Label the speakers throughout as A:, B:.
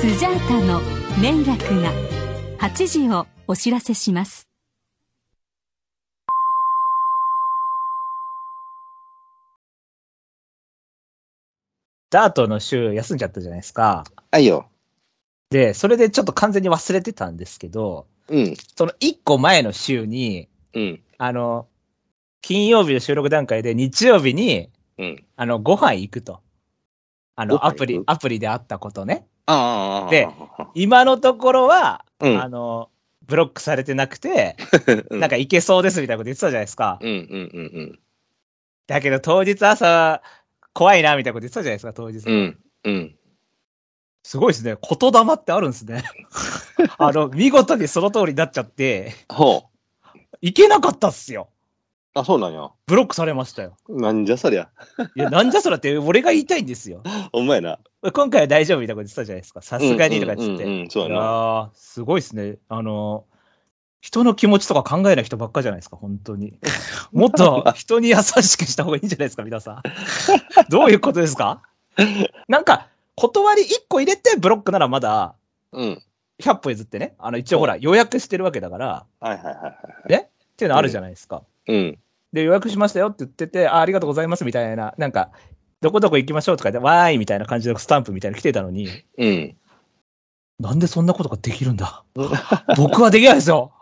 A: スジャータの年楽が8時をお知らせします
B: ダートの週休んじゃったじゃないですか。
C: はいよ。
B: で、それでちょっと完全に忘れてたんですけど、
C: うん。
B: その1個前の週に、
C: うん。
B: あの、金曜日の収録段階で日曜日に、
C: うん。
B: あの、ご飯行くと。あ
C: ご
B: の、
C: 飯行
B: ア
C: く
B: プリ、アプリであったことね。
C: ああ。
B: で、今のところは、
C: うん
B: あの、ブロックされてなくて、
C: うん、
B: なんか行けそうですみたいなこと言ってたじゃないですか。
C: うんうんうん
B: だけど当日朝、怖いなみたいなこと言ってたじゃないですか、当日。
C: うん。うん。うん。
B: すごいですね。言霊ってあるんです ね。あの、見事にその通りになっちゃって、
C: ほ
B: 行けなかったっすよ。
C: う。あ、そうなんや。
B: ブロックされましたよ。
C: なんじゃそりゃ。
B: いや、なんじゃそらって俺が言いたいんですよ。
C: お前な。
B: 今回は大丈夫みたいなこと言ってたじゃないですか。さすがにとか言ってて。
C: うんうんうんうん、そう
B: い
C: や
B: や
C: な。
B: ーすごいですね。あの、人の気持ちとか考えない人ばっかじゃないですか、本当 に。もっと人に優しくした方がいいんじゃないですか、皆 さん。どういうことですかなんか、断り1個入れてブロックならまだ、
C: うん。
B: 100歩譲ってね、あの、一応ほら、予約してるわけだから、っ
C: はいはいはいは
B: ていうのあるじゃないですか。
C: い。うん。
B: で、予約しましたよって言ってて、あありがとうございますみたいな、なんか、どこどこ行きましょうとか言って、わーいみたいな感じのスタンプみたいなの来てたのに、
C: うん。
B: なんでそんなことができるんだ 僕はできないですよ。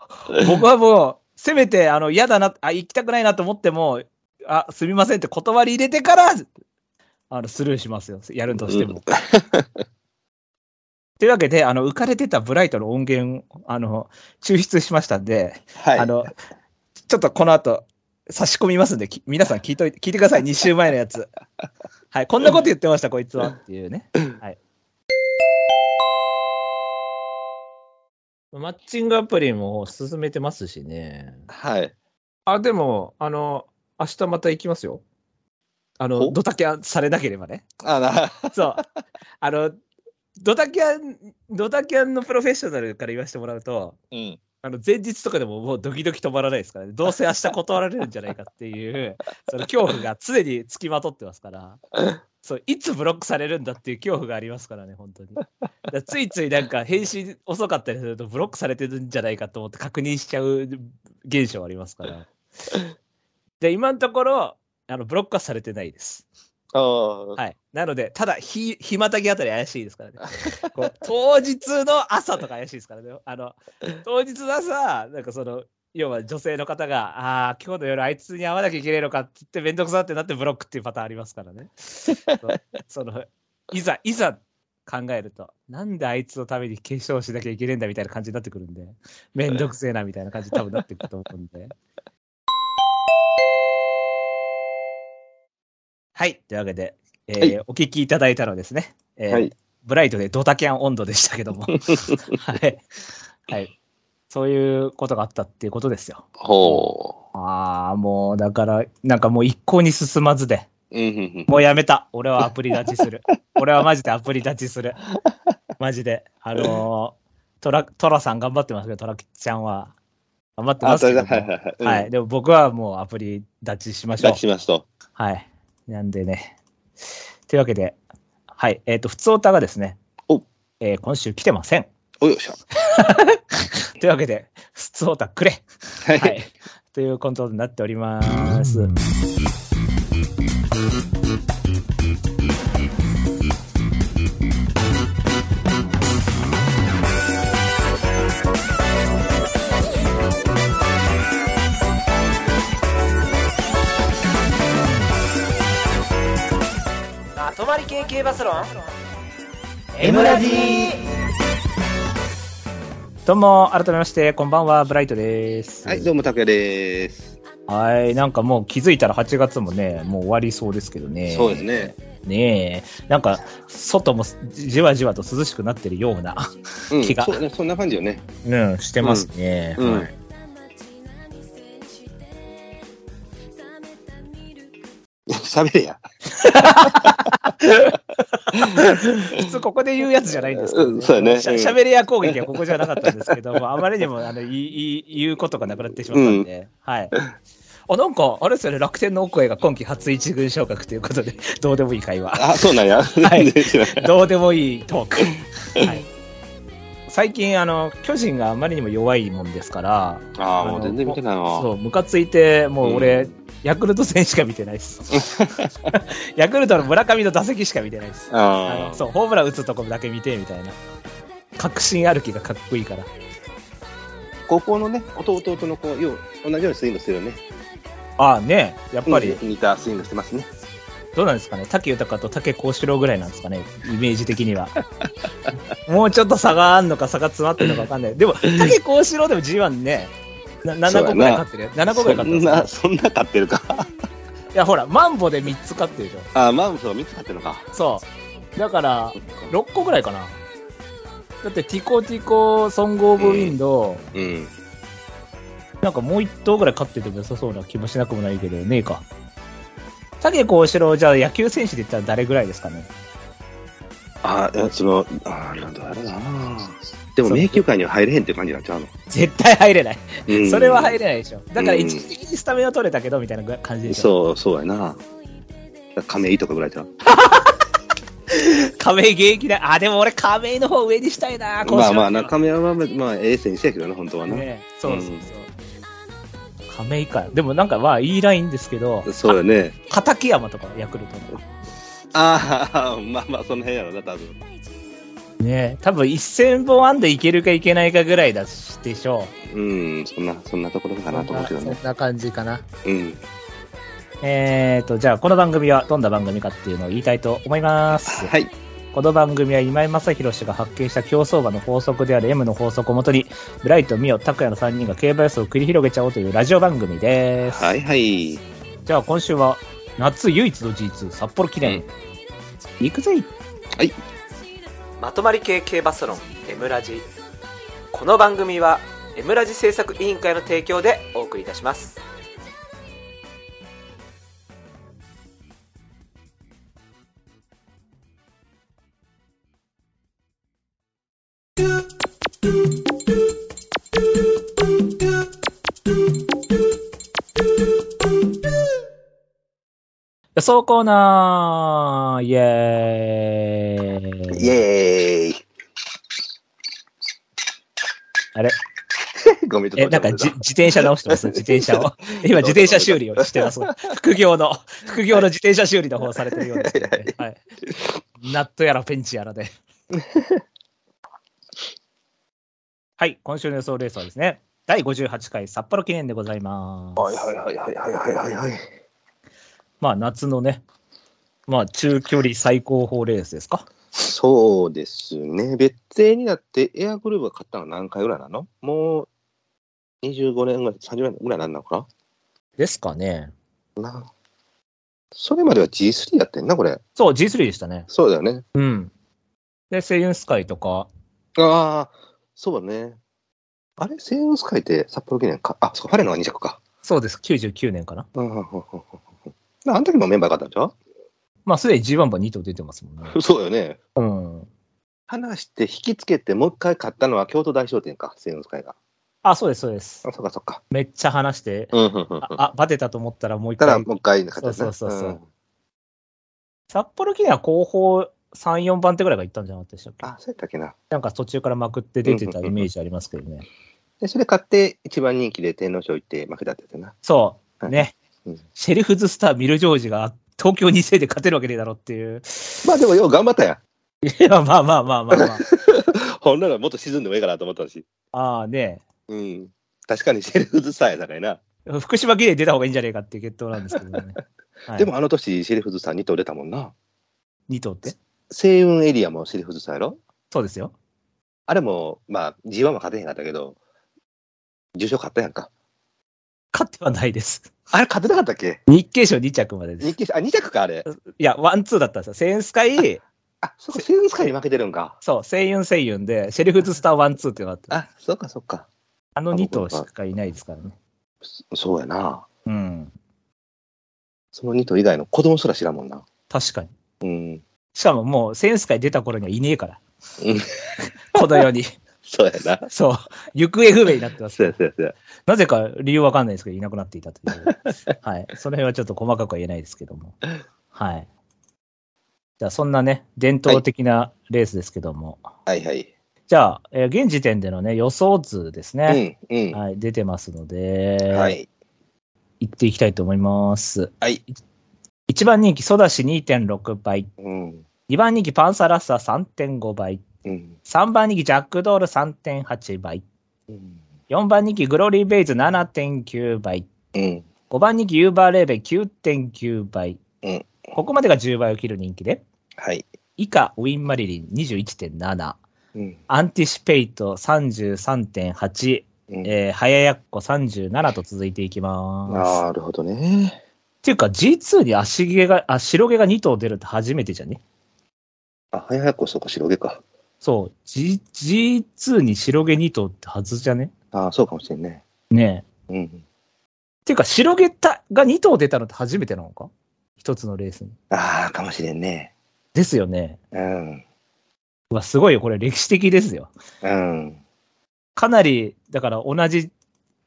B: 僕はもう、せめて、あの、嫌だな、あ、行きたくないなと思っても、あ、すみませんって断り入れてから、あの、スルーしますよ。やるとしても。 というわけで、あの、浮かれてたブライトの音源、あの、抽出しましたんで、
C: はい。
B: あの、ちょっとこの後、差し込みますんで、き皆さん聞いといて、聞いてください。2週前のやつ。 はい、こんなこと言ってました、こいつは。っていうね。はい。マッチングアプリも進めてますしね。
C: はい。
B: あ、でも、あの、明日また行きますよ。あの、
C: お
B: ドタキャンされなければね。
C: あな、
B: そう。あの、ドタキャン、ドタキャンのプロフェッショナルから言わせてもらうと、
C: うん。
B: あの前日とかでももうドキドキ止まらないですからね、どうせ明日断られるんじゃないかっていう、 その恐怖が常につきまとってますから、そういつブロックされるんだっていう恐怖がありますからね、本当に。だからついついなんか返信遅かったりすると、ブロックされてるんじゃないかと思って確認しちゃう現象ありますから。で、今のところ、あのブロックはされてないです。
C: ああ、
B: はい。なので、ただひ、ひまたぎあたり怪しいですからね。こう当日の朝とか怪しいですからね。あの、当日の朝、なんかその、要は女性の方が、ああー、今日の夜あいつに会わなきゃいけないのかって言って、めんどくさってなってブロックっていうパターンありますからね。そうその、いざ、いざ考えると、なんであいつのために化粧しなきゃいけないんだみたいな感じになってくるん で、めんどくせえなみたいな感じに多分なってくると思うんで。 はい。というわけで、えー
C: はい
B: お聞きいただいたのはですね、えー
C: はい
B: ブライトでドタキャン温度でしたけ ども。はい。はい。そういうことがあったっていうことですよ。
C: ほ
B: ああ、もう、だから、なんかもう一向に進まずで、
C: う。うんうん
B: もうやめた。俺はアプリ立ちする。俺はマジでアプリ立ちする。マジで。あのートラ、トラさん頑張ってますけど、トラキちゃんは。頑張って
C: うん。あ、
B: ます
C: そ
B: け
C: れ
B: ども。
C: だ、はいはいはい。
B: は
C: う
B: い。
C: ん。
B: でも僕はもうアプリ立ちしましょう
C: 出。しますと。
B: はい。なんでね。というわけで、はい。えっ、と、普通オタがですね、
C: お
B: えー今週来てません。
C: およっしゃ。
B: というわけで、普通オタくれ
C: は
B: はい。ということになっております。
D: まとまり系系バスロン
B: どうも、改めまして、こんばんは、ブライトです。
C: はい、どうも、拓也です。
B: はい。なんかもう気づいたら8月もね、もう終わりそうですけどね。
C: そうですね。
B: ねえ。なんか、外もじじわじわと涼しくなってるような、
C: うん、
B: 気が
C: そうね、そんな感じよね。
B: うん、してますね。
C: うん
B: はい。
C: 喋れや。
B: 普通ここで言うやつじゃないんですけど、
C: うんそうやね
B: しゃ
C: うん
B: 喋り屋攻撃はここじゃなかったんですけども、あまりにもあのいいいい言うことがなくなってしまったんで、はい。あ、なんか、あれですよね、楽天のお声が今季初一軍昇格ということで、 どうでもいい会話。
C: あ、そうなんや。
B: い
C: 全然知らない
B: どうでもいいトーク。はい、最近、あの、巨人があまりにも弱いもんですから、
C: ああ、もう全然見てないわ。
B: そう、ムカついて、もう俺、
C: う
B: ヤクルト戦しか見てないです。 ヤクルトの村上の打席しか見てないです。あ
C: あ
B: の
C: あ、
B: そう、ホームラン打つとこだけ見て、みたいな。確信歩きがかっこいいから。
C: 高校のね、弟との子、よう、同じようにスイングしてるよね。
B: ああね、やっぱり、
C: うん似たスイングしてますね。
B: どうなんですかね、武豊と武幸四郎ぐらいなんですかね、イメージ的には。 もうちょっと差があんのか、差が詰まってるのかわかんない。でも、武幸四郎でも G1 ね、な7個ぐらい勝ってるよ。7個ぐらい勝ってるよ
C: そんな、そんな勝ってるか。
B: いや、ほら、マンボで3つ勝ってるでしょ。
C: ああ、マウスは3つ勝ってるのか。
B: そう。だから、6個ぐらいかな。だって、ティコティコ、ソングオブウィンドウ、
C: うん。
B: なんかもう一頭ぐらい勝ってても良さそうな気もしなくもないけど、ねえか。武幸四郎、じゃあ野球選手で言ったら誰ぐらいですかね。
C: ああ、その、ああ、なんだ、あれだな。でも、迷宮界には入れへんって感じになっちゃうの。
B: 絶対入れない。
C: うん
B: それは入れないでしょ。だから
C: うん
B: 一時的にスタメンは取れたけどみたいな感じでしょ。
C: そう、そうやな。亀井とかぐらいじゃん。
B: 亀井現役だ。あ、でも俺亀井の方上にしたいな、今
C: ま
B: 週
C: あ
B: の
C: まあな、亀山は、まあ、ええ選手やけどね、本当はな。
B: ね。そうそうそう。亀井か。でもなんかまあいいラインですけど、
C: そうよね。
B: か畠山とかヤクルトの。
C: ああ、まあまあ、その辺やろな、多分。
B: ね多分1000本安でいけるかいけないかぐらいだしでしょ
C: うん、そんな、そんなところ
B: う。
C: かなと思うけど
B: そんな
C: ね。
B: そんな感じかな。
C: うん。
B: えーと、じゃあこの番組はどんな番組かっていうのを言いたいと思います。
C: はい。
B: この番組は今井正弘氏が発見した競走馬の法則である M の法則をもとに、ブライト、ミオ、タクヤの3人が競馬予想を繰り広げちゃおうというラジオ番組です。
C: はいはい。
B: じゃあ今週は、夏唯一の G2 札幌記念。行くぜい
D: まとまり系系バスロン「エムラジ」この番組は「エムラジ」制作委員会の提供でお送りいたします
B: 予想コーナーイエーイ
C: イ エー
B: あれ
C: イ。ごめん、ち
B: え、
C: ょっと
B: なん
C: 待
B: か
C: って。
B: じ自転車直して ます自転車を。今自転車修理をしてます。副業の、副業の自転車修理の方をされてるようですので、はい。ナットやらペンチやらで。はい、今週の予想レースはですね、第58回札幌記念でございます。
C: はいはいはいはいはいはいはい。
B: まあ夏のね、まあ中距離最高峰レースですか。
C: そうですね。別邸になってエアグルーヴが買ったの何回ぐらいなのもう25年ぐらい、30年ぐらいなんのか
B: ですかね。
C: ななそれまでは G3 やってんな、これ。
B: そう、G3 でしたね。
C: そうだよね。
B: うん。で、セイユンスカイとか、
C: ああ、そうね。あれ、セールスカイって札幌記念か。あ、そうか、ファレのが2着か。
B: そうです、99年かな。
C: うんうんうんうんうんあの時もメンバーがあったんじゃ
B: まあすでに G1 馬2頭出てますもんね。
C: う そうよね。
B: うん。
C: 話して引きつけて、もう一回買ったのは京都大商店か、セールスカイが。
B: あ、そうです、そうです
C: あ、。そっかそっか。
B: めっちゃ話して、
C: うんうんうんうん。
B: あ、あバテたと思ったらもう一
C: たら
B: 回。
C: もう一回買ったやつね
B: そうそうそうそうん札幌記念は後方3、4番手ぐらいが行ったんじゃなかったでしたっけ
C: あ、そうやったっけな。
B: なんか途中からまくって出てたイメージありますけどね。
C: で、それ買って、一番人気で天皇賞行って負けたってやつやな。
B: そう、
C: はい
B: ね
C: うん。
B: シェルフズスター、ミル・ジョージが東京2世で勝てるわけねえだろっていう。
C: まあでも、よう頑張ったや
B: いや、まあまあまあまあまあ。
C: ん。 ほんならもっと沈んでもいいかなと思ったし。
B: ああね。
C: うん。確かにシェルフズスターやさかいな。
B: 福島記念出た方がいいんじゃねえかっていう決闘なんですけどね。はい、
C: でも、あの年、シェルフズスター2頭出たもんな。
B: 2頭って
C: 西雲エリアもシェルフズスターやろ
B: そうですよ。
C: あれも、まあ、G1 は勝てへんかったけど、受賞勝ったやんか。
B: 勝ってはないです。
C: あれ勝てなかったっけ
B: 日経賞2着までです。
C: 日記あ、2着か、あれ。
B: いや、ワンツーだったんですよ。センス会、
C: あ、そっか、セールスカイに負けてるんか。
B: そう、セイユンセイユンで、シェルフズスターワンツーっていうのがあって、
C: あ、そっか、そっか。
B: あの2頭しかいないですからね。
C: そうやな。
B: うん。
C: その2頭以外の子供すら知らんもんな。
B: 確かに。
C: うん。
B: しかももう、センス界出た頃にはいねえから
C: うん。
B: この世に。
C: そうやな。
B: そう。行方不明になってます
C: そう。や、そうや、そうや。
B: なぜか理由わかんないですけど、いなくなっていたという。はい。その辺はちょっと細かくは言えないですけども。はい。じゃあ、そんなね、伝統的なレースですけども。
C: はいはい。
B: じゃあ、えー現時点でのね、予想図ですね。
C: うん、うん。
B: はい、出てますので、
C: はい。
B: 行っていきたいと思います。
C: はい。
B: 1番人気、ソダシ2.6倍。
C: うん。
B: 2番人気、パンサーラッサー3.5倍。
C: うん。
B: 3番人気、ジャックドール3.8倍。
C: うん。
B: 4番人気、グローリーベイズ7.9倍。
C: うん。
B: 5番人気ユーバーレーベン9.9倍、
C: うん
B: ここまでが10倍を切る人気で
C: はい。
B: 以下ウィン・マリリン21.7
C: うん。
B: アンティシペイト33.8、
C: うん
B: えー、早やっこ37と続いていきます。っ
C: なるほどね。
B: ていうか G2 に足毛があ白毛が2頭出るって初めてじゃね
C: あ、早くそこ白毛か。
B: そう、G、G2 に白毛2頭ってはずじゃね
C: ああ、そうかもしれんね。
B: ねえ。っ
C: うん。
B: ていうか白毛たが2頭出たのって初めてなのか一つのレースに。
C: ああ、かもしれんね。
B: ですよね。
C: うん。
B: うわ、すごいよ。これ歴史的ですよ。
C: うん。
B: かなり、だから同じ、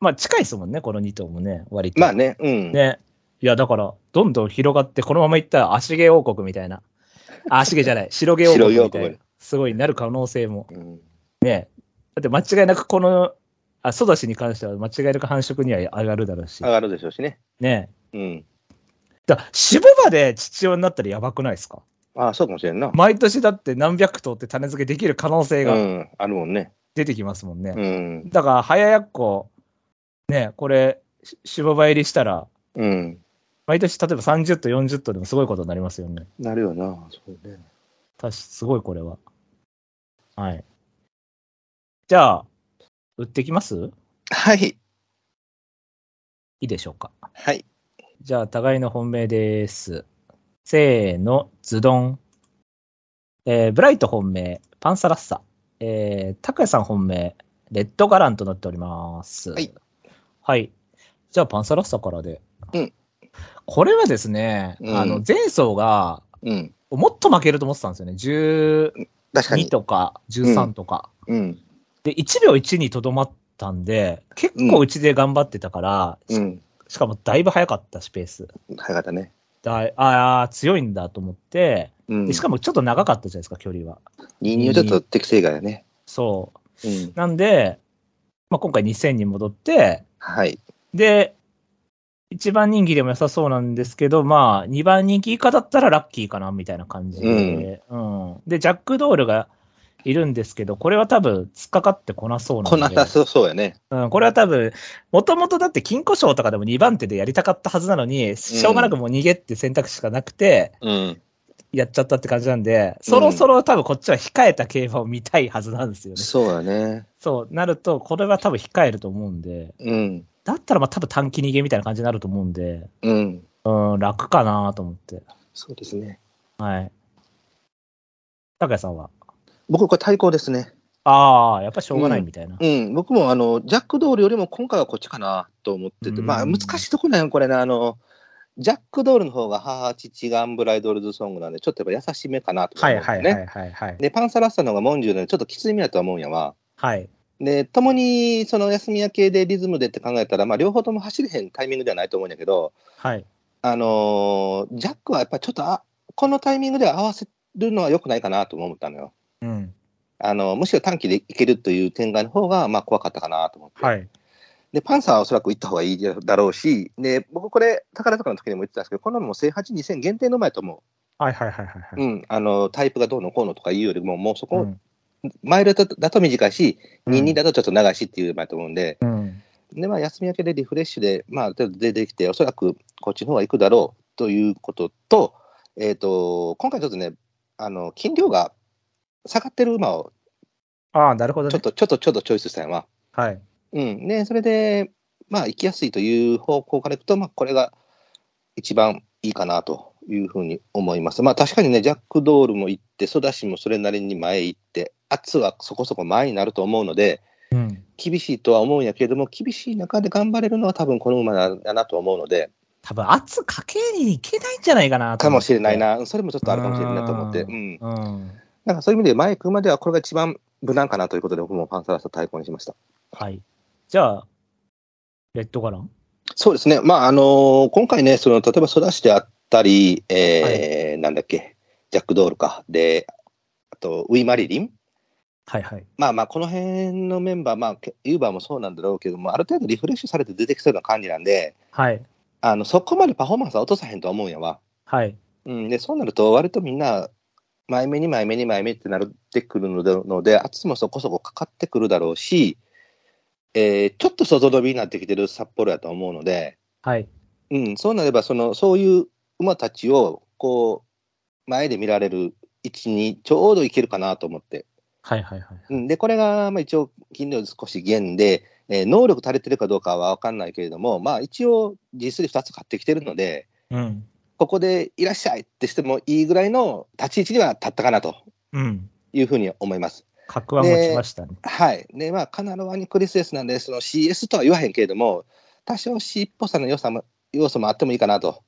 B: まあ近いですもんね、この2頭もね、割と。
C: まあね、うん。
B: ね。いや、だから、どんどん広がって、このままいったら足毛王国みたいな。あ足毛じゃない、白毛王国みた
C: 白毛王
B: いな
C: 国。
B: すごいなる可能性も。
C: うん。
B: だって間違いなくこの、あ、ソダシに関しては間違いなく繁殖には上がるだろうし
C: 上。がるでしょうしね。
B: ね。
C: うん。
B: だしぼまで父親になったらやばくないですか
C: ああ、そうかもしれんな。
B: 毎年だって何百頭って種付けできる可能性
C: う
B: が
C: ん。あるもんね。
B: 出てきますもんね。
C: うん。
B: だから、早やっこ、ね、これ、ししぼば入りしたら、
C: うん。
B: 毎年、例えば30と40とでもすごいことになりますよね。
C: なるよな。そうね。
B: 確かすごいこれは。はい。じゃあ、売ってきますい
C: はい。
B: いでしょうか。
C: はい。
B: じゃあ、互いの本命です。せーの、ズドン。えー、ブライト本命、パンサラッサ。えー、タクヤさん本命、レッドガランとなっております。
C: はい。
B: はい。じゃあ、パンサラッサからで。
C: うん。
B: これはですね、
C: うん
B: あの、前走が、
C: うん。
B: もっと負けると思ってたんですよね。12
C: 確かに。
B: とか、13とか。
C: うん。
B: で、1秒1にとどまったんで、結構うちで頑張ってたから、
C: うん。
B: ししかもだいぶ早かったし、ペース。
C: 早かったね。
B: だいああ、強いんだと思って、
C: うん。
B: でしかもちょっと長かったじゃないですか、距離は。
C: 22はちょっと適正外やね。
B: そう。
C: うん。
B: なんで、まあ、今回2000に戻って、
C: はい。
B: で、1番人気でも良さそうなんですけど、まあ、2番人気以下だったらラッキーかな、みたいな感じで。うん。で、ジャックドールがいるんですけど、これは多分、突っかかってこなそうなんで。
C: こなさそうそうやね。
B: うん、これは多分、もともとだって金庫賞とかでも2番手でやりたかったはずなのに、しょうがなくもう逃げって選択肢しかなくて、
C: うん。
B: やっちゃったって感じなんで、そろそろ多分こっちは控えた競馬を見たいはずなんですよね。
C: そうやね。
B: そうなると、これは多分控えると思うんで、
C: うん。
B: だったらまあ多分短期逃げみたいな感じになると思うんで、
C: うん。
B: うん、楽かなと思って。
C: そうですね。
B: はい。高谷さんは
C: 僕、これ対抗ですね。
B: ああ、やっぱしょうがないみたいな。
C: うん。僕も、あの、ジャックドールよりも今回はこっちかなと思ってて、
B: うん
C: まあ、難しいとこなんよ、これね。あの、ジャックドールの方が、母、父がアンブライドルズソングなんで、ちょっとやっぱ優しめかなと
B: は
C: 思う
B: い
C: んですね。
B: はいはいはいはい。
C: で、パンサラッサの方がモンジュなんで、ちょっときつい目だとは思うんやわ。
B: はい。
C: で、共に、その休み明けでリズムでって考えたら、まあ、両方とも走れへんタイミングではないと思うんやけど、
B: はい。
C: あのージャックはやっぱりちょっとあ、このタイミングでは合わせるのは良くないかなとも思ったのよ。
B: うん。
C: あのむしろ短期でいけるという展開の方がまあ怖かったかなと思って、
B: はい。
C: でパンサーはおそらく行った方がいいだろうし、で僕、これ、宝塚の時にも言ってたんですけど、こんなのもう正8、2000限定の前と思
B: はいはいはいはいは
C: う、
B: い。
C: うん、あのタイプがどうのこうのとかいうよりも、もうそこ、
B: ん。
C: マイルだとだと短いし、
B: うん
C: 22だとちょっと長いしっていう前と思うんで、
B: うん。
C: でまあ、休み明けでリフレッシュで、まあ、ある程度出てきて、おそらくこっちの方が行くだろうということと、えー、と今回ちょっとね、あの金量が下がってる馬を
B: ああ、なるほど
C: ち
B: ね
C: ょっ。とちょっとちょっとチョイスしたんやわ。
B: はい。
C: うん、ね、それで、まあ、行きやすいという方向からいくと、まあ、これが一番いいかなというふうに思います。まあ、確かにね、ジャックドールも行って、ソダシもそれなりに前へ行って、圧はそこそこ前になると思うので、
B: うん。
C: 厳しいとは思うんやけれども、厳しい中で頑張れるのは多分この馬だなと思うので、
B: 多分圧かけにいけないんじゃないかなと
C: か
B: 思っ
C: も
B: て
C: しれない。な、それもちょっとあるかもしれないなと思って、
B: う
C: うん
B: う
C: ん。
B: ん。
C: なんかそういう意味で、前へ行くまではこれが一番無難かなということで、僕もファンサラスと対抗にしました。
B: はい。じゃあ、レッドガラン
C: そうですね。まあ、あのー今回ね、その、例えば、ソダシであったり、えーなんだっけ、ジャック・ドールか。で、あと、ウィ・マリリン。
B: はいはい。
C: まあまあ、この辺のメンバー、まあ、けユーバーもそうなんだろうけども、ある程度リフレッシュされて出てきそうな感じなんで、
B: はい。
C: あの、そこまでパフォーマンスは落とさへんとは思うんやわ。
B: はい。
C: うん。で、そうなると、割とみんな、前目に前目に前目ってなってくるので、ので圧もそこそこかかってくるだろうし、えーちょっと外伸びになってきてる札幌やと思うので、
B: はい。
C: うん、そうなればその、そういう馬たちをこう前で見られる位置にちょうどいけるかなと思って、
B: はいはいはい。
C: うん、でこれがまあ一応、金量少し減で、えー能力足りてるかどうかは分かんないけれども、まあ、一応、実質2つ買ってきてるので、
B: うん。
C: ここでいらっしゃいってしてもいいぐらいの立ち位置には立ったかなと
B: うん。
C: いうふうに思います。
B: 格は持ちましたね。
C: はい。で、まあ、カナロワにクリスエスなんで、その CS とは言わへんけれども、多少 C っぽさの良さも、要素もあってもいいかなと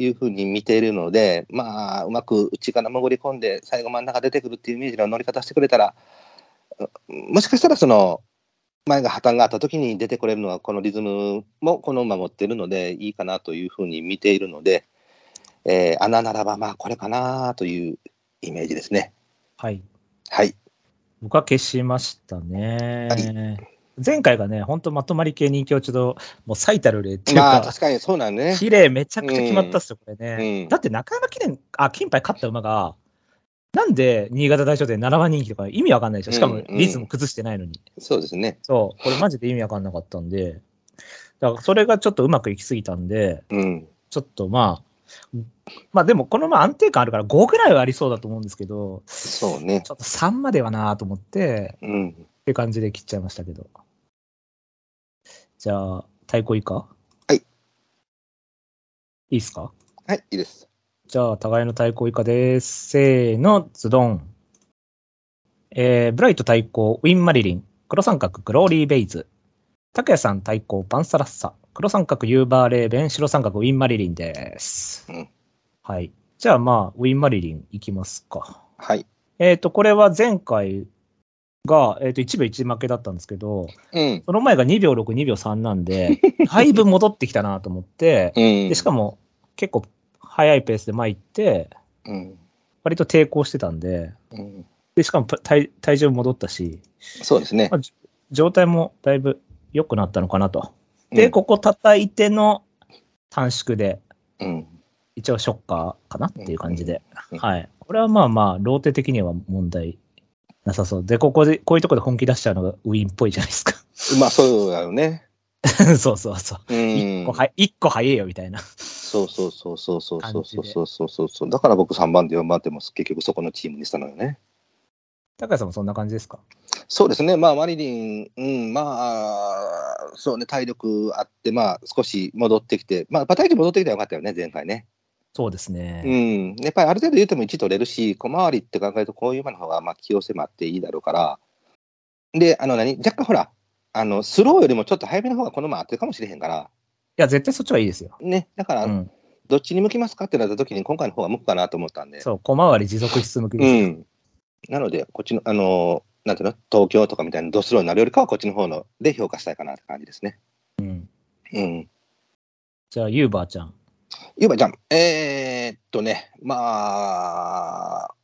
C: いうふうに見ているので、まあ、うまく内から潜り込んで、最後真ん中出てくるっていうイメージの乗り方してくれたら、うもしかしたらその、前が破綻があった時に出てこれるのは、このリズムもこの馬持ってるので、いいかなというふうに見ているので、えー穴ならば、まあ、これかなというイメージですね。
B: はい。
C: はい。
B: 僕は消しましたね。
C: は
B: 前回がね、ほんとまとまり系人気落ちの、もう最たる例っていう
C: まあ、
B: か
C: 確、かにそうなんね。
B: 綺麗めちゃくちゃ決まったっすよ、これね。
C: うん
B: だって中山記念、あ、金杯勝った馬が、なんで新潟大賞で7番人気とか意味わかんないでしょ。しかも
C: うんうん
B: リズム崩してないのに。
C: そうですね。
B: そう、これマジで意味わかんなかったんで、だからそれがちょっとうまくいきすぎたんで、
C: うん。
B: ちょっとまあ、まあでもこのまま安定感あるから5ぐらいはありそうだと思うんですけど、
C: そうね。
B: ちょっと3まではなぁと思って、
C: うん。
B: って感じで切っちゃいましたけど。じゃあ、太鼓以下
C: はい
B: いいっすか
C: はい、いいです。
B: じゃあ、互いの対抗以下です。せーの、ズドン。えー、ブライト対抗、ウィン・マリリン、黒三角、グローリー・ベイズ。拓也さん対抗、パンサラッサ、黒三角、ユーバー・レーベン、白三角、ウィン・マリリンです。
C: うん
B: はい。じゃあ、まあ、ウィン・マリリンいきますか。
C: はい。
B: えっ、と、これは前回が、えっ、と、1秒1負けだったんですけど、
C: うん。
B: その前が2秒6、2秒3なん で、だいぶ戻ってきたなと思って、
C: うん。
B: でしかも結構早いペースで前行って、
C: うん。
B: 割と抵抗してたんで、
C: うん。
B: でしかも体体重も戻ったし、
C: そうですね
B: ま。あじ状態もだいぶ良くなったのかなと。
C: う
B: で、
C: ん
B: ここ叩いての短縮で、
C: うん。
B: 一応ショッカーかなっていう感じで
C: うん、
B: はい。これはまあまあ、ローテ的には問題なさそう。で、ここで、こういうとこで本気出しちゃうのがウィンっぽいじゃないですか。
C: まあ、そうだよね。
B: そうそうそう。
C: う
B: 一
C: ん
B: 個。は一個早いよみたいな。
C: そうそうそうそうそうそうそうそうそうそう。だから僕3番で4番でも結局そこのチームにしたのよね。
B: 高谷さんもそんな感じですか
C: そうですね。まあ、マリリン、うん、まあ、そうね、体力あって、まあ、少し戻ってきて、まあ、やっぱ体力戻ってきたらよかったよね、前回ね。
B: そうですね。
C: うん。やっぱりある程度言うても1取れるし、小回りって考えると、こういう馬の方がまあ器用性もあっていいだろうから、で、あの何、若干ほら、あのスローよりもちょっと早めの方がこの馬合ってるかもしれへんから、
B: いや、絶対そっちはいいですよ。
C: ね、だか
B: う
C: ら、
B: ん。
C: どっちに向きますかってなった時に、今回の方が向くかなと思ったんで、
B: そう、小回り持続必須向きです。
C: ん。なので、こっちの、あのーなんていうの、東京とかみたいなドスローになるよりかは、こっちの方ので評価したいかなって感じですね。
B: うん
C: うん。
B: じゃあ、ユーバーちゃん。
C: ゆうばちゃん、えー、っとね、まあ、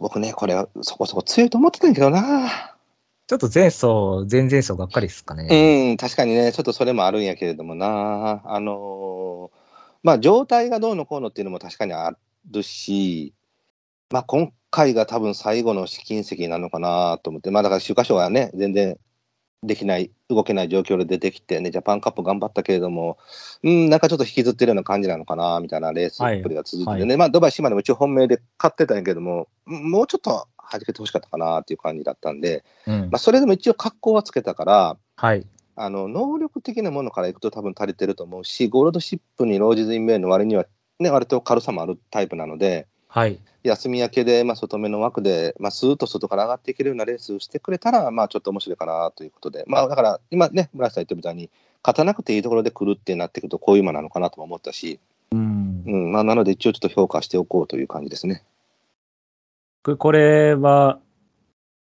C: 僕ね、これ、そこそこ強いと思ってたんやけどな。
B: ちょっと前走、前々走がっかりですかね。
C: うん、確かにね、ちょっとそれもあるんやけれどもな、あのーまあ、状態がどうのこうのっていうのも確かにあるし、まあ、今回が多分最後の試金石なのかなと思って、まあ、だから、秋華賞がね、全然できない、動けない状況で出てきてね、ジャパンカップ頑張ったけれども、うん、なんかちょっと引きずってるような感じなのかなみたいなレースっぷりが続いててね、
B: はいは
C: まあ、ドバイ、島でも一応本命で勝ってたんやけども、うんもうちょっと弾けてほしかったかなっていう感じだったんで、
B: うん
C: まあ、。それでも一応、格好はつけたから、
B: はい。
C: あの能力的なものからいくと多分足りてると思うし、ゴールドシップにロージズインベイの割には、ね、割と軽さもあるタイプなので、
B: はい。
C: 休み明けで、まあ、外目の枠で、まあ、スーッと外から上がっていけるようなレースをしてくれたら、まあ、ちょっと面白いかなということで、まあ、だから今ね、村瀬さん言ったみたいに、勝たなくていいところで来るってなってくると、こういう馬なのかなとも思ったし、
B: うん。
C: うんまあ、なので一応ちょっと評価しておこうという感じですね。
B: 僕、これは、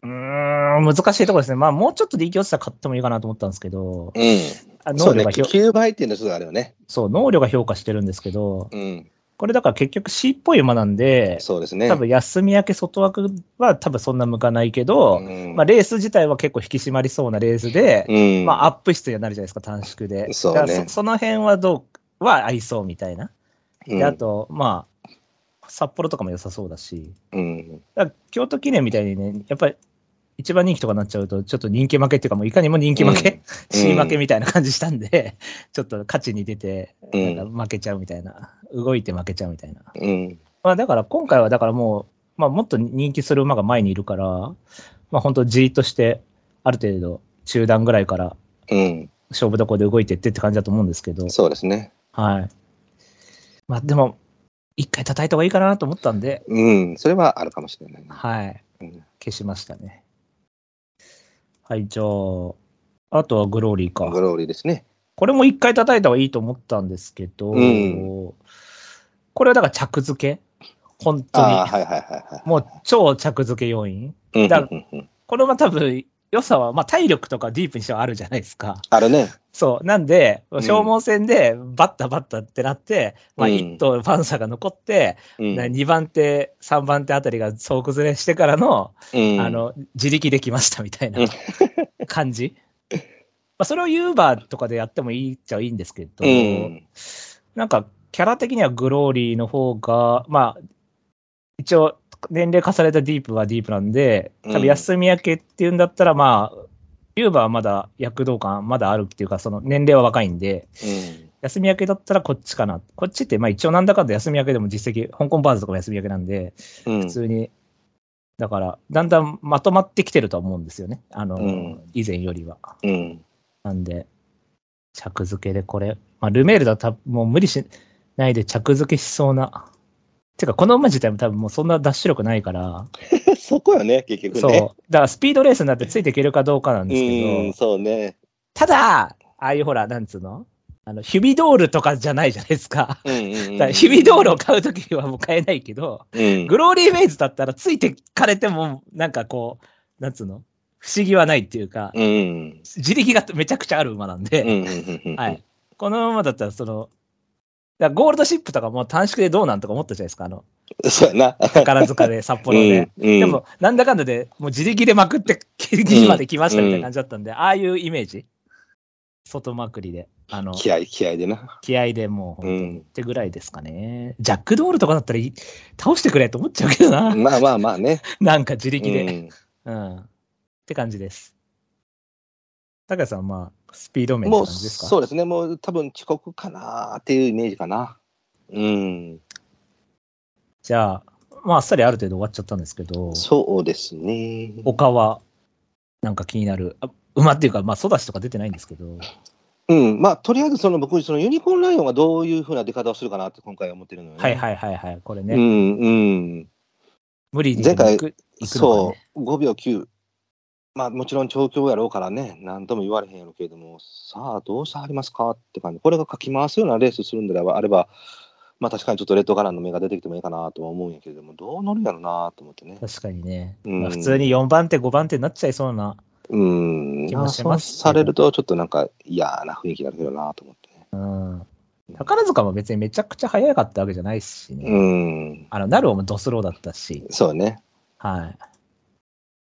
B: うーん、難しいところですね。まあ、もうちょっとで勢い落ちたら買ってもいいかなと思ったんですけど、
C: う
B: あ
C: ん。そ
B: 能
C: う
B: 力
C: ね。
B: がひょ
C: 9倍っていうのはちょっとあれよね。
B: そう、能力が評価してるんですけど、
C: うん。
B: これだから結局 C っぽい馬なんで、
C: そうですね。
B: 多分休み明け外枠は多分そんな向かないけど、
C: うん
B: まあ、レース自体は結構引き締まりそうなレースで、
C: うん。
B: まあ、アップ質にはなるじゃないですか、短縮で。
C: そうね
B: だからそその辺はどう、は合いそうみたいな。
C: うん
B: で、あと、まあ、札幌とかも良さそうだし、
C: うん。
B: だから京都記念みたいにね、やっぱり一番人気とかになっちゃうと、ちょっと人気負けっていうか、もういかにも人気負 け、
C: うん
B: C 負けみたいな感じしたんで、 ちょっと勝ちに出て、
C: う
B: なんんか負けちゃうみたいな、動いて負けちゃうみたいな。
C: うん。
B: まあだから今回はだからもう、まあもっと人気する馬が前にいるから、まあ本当じーっとして、ある程度中段ぐらいから
C: うん。
B: 勝負どこで動いてってって感じだと思うんですけど、
C: そうですね。
B: はい。まあでも、一回叩いた方がいいかなと思ったんで、
C: うん。それはあるかもしれないな。
B: はい。
C: うん
B: 消しましたね。はい、じゃあ、あとはグローリーか。
C: グローリーですね。
B: これも一回叩いた方がいいと思ったんですけど、
C: うん
B: これはだから着付け本当
C: ああ、
B: に。
C: はいはいはいはい。
B: もう超着付け要因
C: うん
B: だ
C: うんうんうん
B: これは多分、良さは、まあ体力とかディープにしてはあるじゃないですか。
C: あるね。
B: そう。なんで、
C: ん
B: 消耗戦でバッタバッタってなって、まあ
C: うん
B: 1頭ファンサが残って、
C: うん
B: な2番手、3番手あたりが総崩れしてからの、
C: うん
B: あの、自力できましたみたいな
C: うん
B: 感 じ。まあ、それをユーバーとかでやってもいいっちゃいいんですけど、
C: うん
B: なんか、キャラ的にはグローリーの方が、まあ、一応、年齢化されたディープはディープなんで、多
C: う
B: 分
C: ん
B: 休み明けっていうんだったら、まあ、ユーバーはまだ躍動感、まだあるっていうか、その年齢は若いんで、
C: うん
B: 休み明けだったらこっちかな。こっちって、まあ一応なんだかんだ休み明けでも実績、香港バーズとかも休み明けなんで、
C: うん
B: 普通に、だから、だんだんまとまってきてるとは思うんですよね。あの、
C: うん
B: 以前よりは。
C: うん
B: なんで、着付けでこれ、まあ、ルメールだと多分もう無理しないで着付けしそうな。てか、この馬自体も多分もうそんなダッシュ力ないから、
C: そこよね、結局ね。
B: そう。だからスピードレースになってついていけるかどうかなんですけ
C: うん、
B: ど、
C: そうね。
B: ただ、ああいうほら、なんつうのあの、ヒュビドールとかじゃないじゃないですか。
C: うんうんうん
B: だからヒュビドールを買うときはもう買えないけど、
C: うん
B: グローリーフェイズだったらついてかれても、なんかこう、なんつうの不思議はないっていうか、
C: うんうん
B: 自力がめちゃくちゃある馬なんで、
C: うんうんうんうん
B: はい。このままだったら、その、だからゴールドシップとかも短縮でどうなんとか思ったじゃないですか、あ の、
C: そうやな。
B: 宝塚で、札幌で。
C: うんうん
B: でも、なんだかんだで、もう自力でまくって、ギリまで来ましたみたいな感じだったんで、ああいうイメージ。外まくりで、あの、
C: 気合い気合いでな。
B: 気合でもう、
C: う
B: っ
C: ん。
B: てぐらいですかね。ジャックドールとかだったらい、倒してくれと思っちゃうけどな、
C: まあまあまあね。
B: なんか自
C: う
B: 力で。
C: ん
B: うん。って感じです。高橋さん、まあ、スピード面って
C: もう、
B: 感じですか
C: そうですね。もう多分遅刻かなっていうイメージかな。うん。
B: じゃあ、まあ、あっさりある程度終わっちゃったんですけど、
C: そうですね。
B: 他は、なんか気になる、あ馬っていうか、まあ、ソダシとか出てないんですけど、
C: うん。まあ、とりあえずその僕、そのユニコーンライオンがどういうふうな出方をするかなって今回思ってるのよね。
B: はいはいはいはい、これね、
C: うんうん。
B: 無理に
C: 前
B: 行
C: 回
B: く行くのか
C: そ
B: ね。
C: う、5秒9。まあもちろん調教やろうからね、何とも言われへんやろうけれども、さあどうしてはりますかって感じ。これがかき回すようなレースするんであれば、まあ確かにちょっとレッドガランの目が出てきてもいいかなとは思うんやけれども、どう乗るんやろうなと思ってね。
B: 確かにね、
C: うん
B: まあ普通に4番手、5番手になっちゃいそうな、
C: うーん、
B: 気
C: な
B: も
C: ん
B: し
C: そう
B: ます
C: されるとちょっとなんか嫌な雰囲気になるけどなと思ってね。
B: うん、宝塚も別にめちゃくちゃ速かったわけじゃないしね、
C: うーん、
B: あのナルオもドスローだったし、
C: そうね。
B: はい。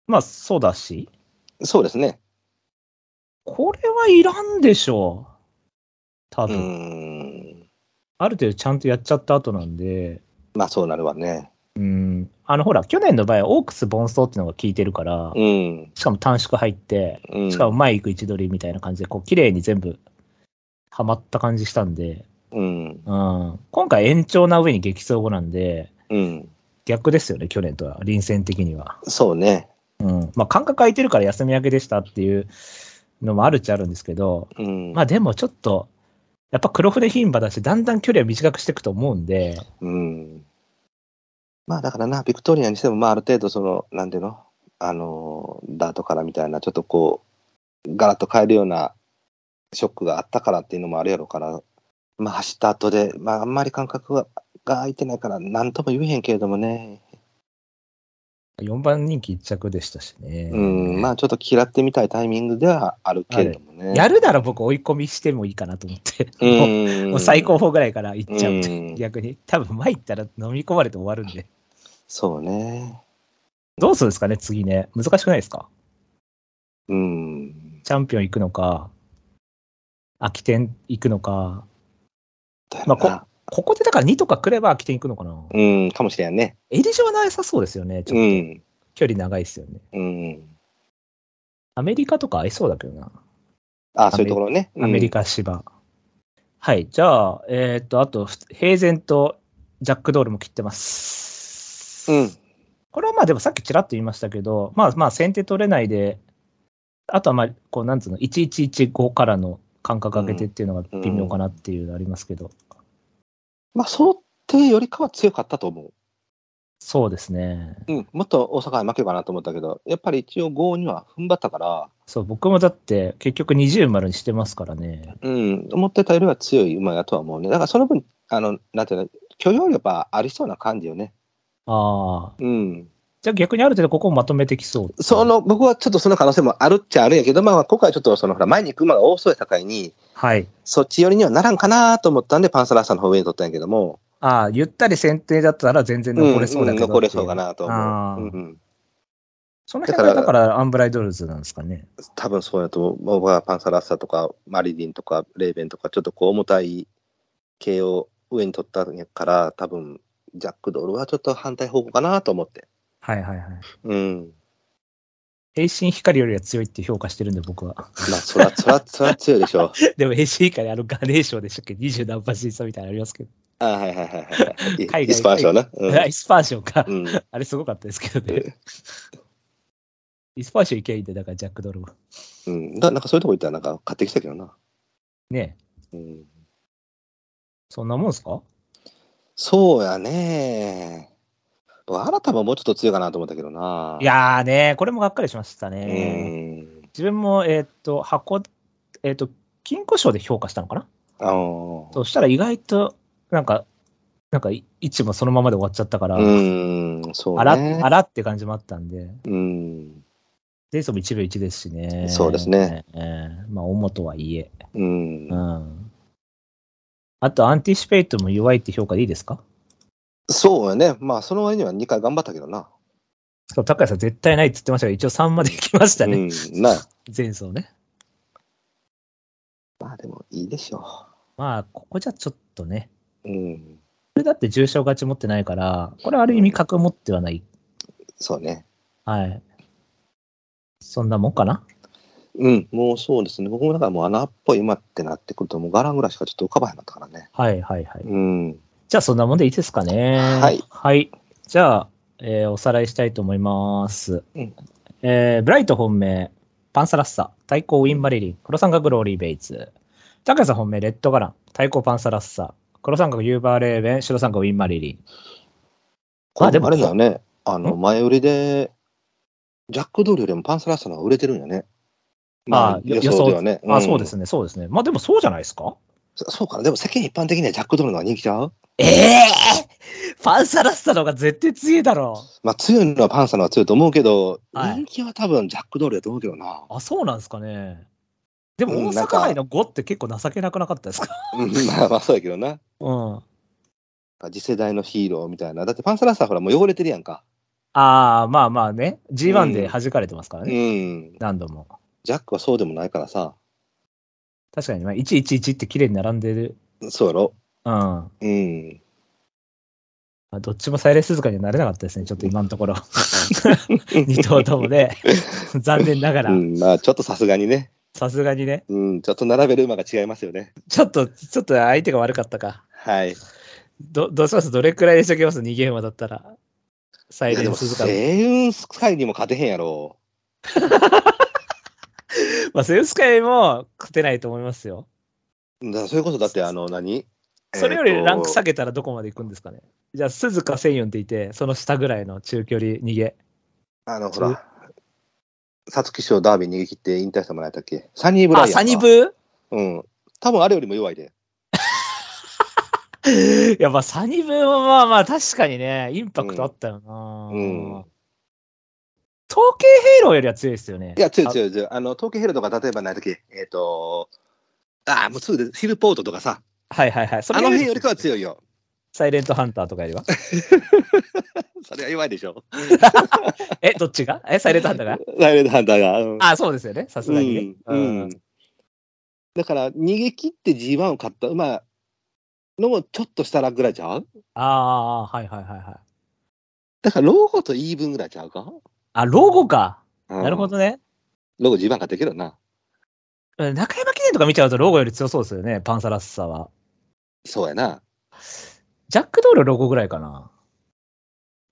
B: まあ、ソダシ、
C: そうですね。
B: これはいらんでしょう、多
C: うー
B: 分、
C: ん、
B: ある程度ちゃんとやっちゃった後なんで、
C: まあそうなるわね。
B: うん、あのほら、去年の場合はオークス盆走っていうのが効いてるから、
C: うん、
B: しかも短縮入って、
C: うん。
B: しかも前行く位置取りみたいな感じで、こう、綺麗に全部、はまった感じしたんで、
C: うん、
B: うん、今回延長な上に激走後なんで、
C: うん、
B: 逆ですよね、去年とは、臨戦的には。
C: そうね。
B: うん、まあ、間隔空いてるから休み明けでしたっていうのもあるっちゃあるんですけど、
C: うん、
B: まあでもちょっと、やっぱ黒船牝馬だし、だんだん距離は短くしていくと思うんで、
C: うん。まあだからな、ビクトリアにしても、まあある程度、その、なんていうの、あの、ダートからみたいな、ちょっとこう、ガラッと変えるようなショックがあったからっていうのもあるやろうから、まあ走った後で、まああんまり感覚がが空いてないから、なんとも言えへんけれどもね、
B: 4番人気1着でしたしね。
C: うん、まあちょっと嫌ってみたいタイミングではあるけれどもね。
B: やるなら僕追い込みしてもいいかなと思って、もう も
C: も
B: う最高峰ぐらいから行っちゃうって、
C: うん
B: 逆に。多分前行ったら飲み込まれて終わるんで。
C: そうね。
B: どうするんですかね、次ね。難しくないですか
C: うん。
B: チャンピオン行くのか、空き店行くのか、
C: だよ
B: ま
C: な
B: あこここでだから2とか来れば空き店行くのかな。
C: うん、かもしれんね。
B: 襟上はなさそうですよね。ち
C: う
B: ょっと
C: ん。
B: 距離長いですよね。
C: うん。
B: アメリカとか合いそうだけどな。
C: あ、そういうところね。
B: アメリ
C: カ。
B: カ芝。はい。じゃあ、えーっと、あと、平然とジャックドールも切ってます。
C: うん。
B: これはまあでもさっきちらっと言いましたけど、まあまあ先手取れないで、あとはまあ、こうなんつうの、1115からの間隔空けてっていうのが微妙かなっていうのありますけど、
C: まあ想定よりかは強かったと思う。
B: そうですね。
C: うん。もっと大阪に負けるかなと思ったけど、やっぱり一応5には踏ん張ったから、
B: そう、僕もだって結局20丸にしてますからね。
C: うん、思ってたよりは強い馬だとは思うね。だからその分、あの、なんていうの、許容力はありそうな感じよね。
B: ああ。
C: うん。
B: じゃあ逆にある程度ここをまとめてきそう。
C: そ、の、僕はちょっとその可能性もあるっちゃあるんやけど、まあ今回はちょっとその、ほら、前に行く馬が多そうやったいに、
B: はい。
C: そっち寄りにはならんかなと思ったんで、パンサラッサの方上に取ったんやけども、
B: ああ、ゆったり先手だったら全然残れそうだけどってい、
C: ん残れそうかなと
B: あ
C: 思う。
B: ー
C: うんうん、
B: その辺がだからアンブライドルズなんですかね。
C: 多分そうやと思う。僕はパンサラッサとか、マリリンとか、レーベンとか、ちょっとこう重たい系を上に取ったんやから、多分、ジャックドールはちょっと反対方向かなと思って。
B: はいはいはい。
C: うん。
B: 平身光よりは強いって評価してるんで僕は。
C: まあ、そら、そら、そら強いでしょう。
B: でも平身光あのガネーションでしたっけ二十何パー審査みたいなのありますけど。
C: あはいはいはいはいはい。
B: 海外
C: イスパーションな。うん
B: あイスパーションか。
C: うん。
B: あれすごかったですけどね。イスパーションいけばいいんで、だからジャックドルは。
C: うん。だなんかそういうとこ行ったらなんか買ってきたけどな。
B: ねえ
C: うん。
B: そんなもんですか
C: そうやね。僕、新たももうちょっと強いかなと思ったけどな。
B: い。やーね、これもがっかりしました
C: う
B: ね。
C: ん。
B: 自分も、えーっと、箱、えーっと、金庫賞で評価したのかな
C: あの
B: そしたら意外と、なんか、なんか、い位置もそのままで終わっちゃったから、
C: うん。そう
B: あら、
C: ね
B: あ。らって感じもあったんで、
C: うん。
B: レースも1秒1ですしね。
C: そうですね。
B: えーまあ、主とはいえ。
C: う。
B: うんん。あと、アンティシペイトも弱いって評価でいいですか
C: そうやね。まあ、その割には2回頑張ったけどな。
B: しかも、高谷さん絶対ないって言ってましたけど、一応3まで行きました
C: う
B: ね。
C: ん。な。
B: 前走ね。
C: まあ、でもいいでしょ
B: まあ、ここじゃちょっとね。
C: う。うん。
B: これだって重傷勝ち持ってないから、これある意味格持ってはない。
C: そうね。
B: はい。そんなもんかな
C: うん。もうそうですね。僕もだからもう穴っぽい馬ってなってくると、もうガランぐらいしかちょっと浮かばへんかったからね。
B: はいはいはい。
C: うん。
B: じゃあそんなもんでいいですかね。
C: はい。
B: じゃあ、えーおさらいしたいと思います。
C: うん
B: えーブライト本命、パンサラッサ、対抗ウィン・マリリン、黒三角ローリー・ベイツ。高谷さん本命、レッドガラン、対抗パンサラッサ、黒三角ユーバー・レーベン、白三角ウィン・マリリン。
C: こ
B: まあ
C: れ
B: でも
C: もあれだよね。あの、
B: ん
C: 前売りで、ジャックドールよりもパンサラッサの方が売れてるんよね。まあ、
B: よ
C: 予想ではね。
B: あ、そうです
C: ね。
B: ね、そうですね。まあでもそうじゃないですか
C: そそうかな。でも世間一般的にはジャックドールの方が人気ちゃう
B: ええパンサラッサの方が絶対強いだろ
C: まあ、強いのはパンサーの方が強いと思うけど、
B: はい
C: 人気は多分ジャックドールだと思うけどな。
B: う。あ、そうなんですかね。でも
C: うん
B: 大
C: なん
B: 阪
C: か
B: 杯の5って結構情けなくなかったですか
C: うんまあまあ、そうやけどな。
B: うん。
C: 次世代のヒーローみたいな。だってパンサラッサはほらもう汚れてるやんか。
B: ああ、まあまあね。G1
C: うん
B: で弾かれてますから
C: う
B: ね。
C: ん。
B: 何度も。
C: ジャックはそうでもないからさ。
B: 確かに、まあ、111って綺麗に並んでる。
C: そうやろ。
B: うん。ま
C: うん。
B: あどっちもサイレンスズカにはなれなかったですね。ちょっと今のと ころ。2頭ともね。残念ながら
C: う。ん、まあ、ちょっとさすがにね。
B: さすがにね。
C: うん、ちょっと並べる馬が違いますよね。
B: ちょっと、ちょっと相手が悪かったか。
C: はい。
B: ど、どうしますどれくらいでしときます逃げ馬だったら。サイ
C: いや
B: レ
C: で
B: ン
C: も、
B: スズカ。
C: セウンスカイにも勝てへんやろ。
B: まあ、セウスカイも勝てないと思いますよ。
C: だからそれこそだって、あの、何
B: それよりランク下
C: げ。
B: げたらどこまで行くんですかね。じゃあ、鈴鹿千四っていて、その下ぐらいの中距離逃げ。
C: あの、ほら、皐月賞ダービー逃げ切って引退してもらえたっけサニーブライ
B: あ、
C: アンか。
B: サニブー
C: うん。多分あれよりも弱いで。
B: いや、まあ、サニブーもまあまあ、確かにね、インパクトあったよな。
C: うん
B: 統計ヘイローよりは強いですよね。
C: いや、強い強い強い。あの、東京ヘルとか、例えばないとき、えっ、と、ああ、もうすぐですヒルポートとかさ、
B: はいはいはい。そ
C: あの辺よりかは強いよ。
B: サイレントハンターとかよりは。
C: それは弱いでしょ。
B: え、どっちがえ、サイレントハンターが
C: ライレンドハンターが。うん
B: あ、そうですよね。さすがにね。
C: うんうんだから、逃げ切って G1 を買った馬のちょっとしたらぐらいちゃう
B: ああー、はいはいはいはい。
C: だから、ロゴと言い分ぐらいちゃうか、
B: あ、ロゴか。
C: うん
B: なるほ。どね。
C: ロゴ G1 買ってけどな。
B: うん中山記念とか見ちゃうとロゴより強そうですよね。パンサラッサは。
C: そうやな。
B: ジャックドールロゴぐらいかな。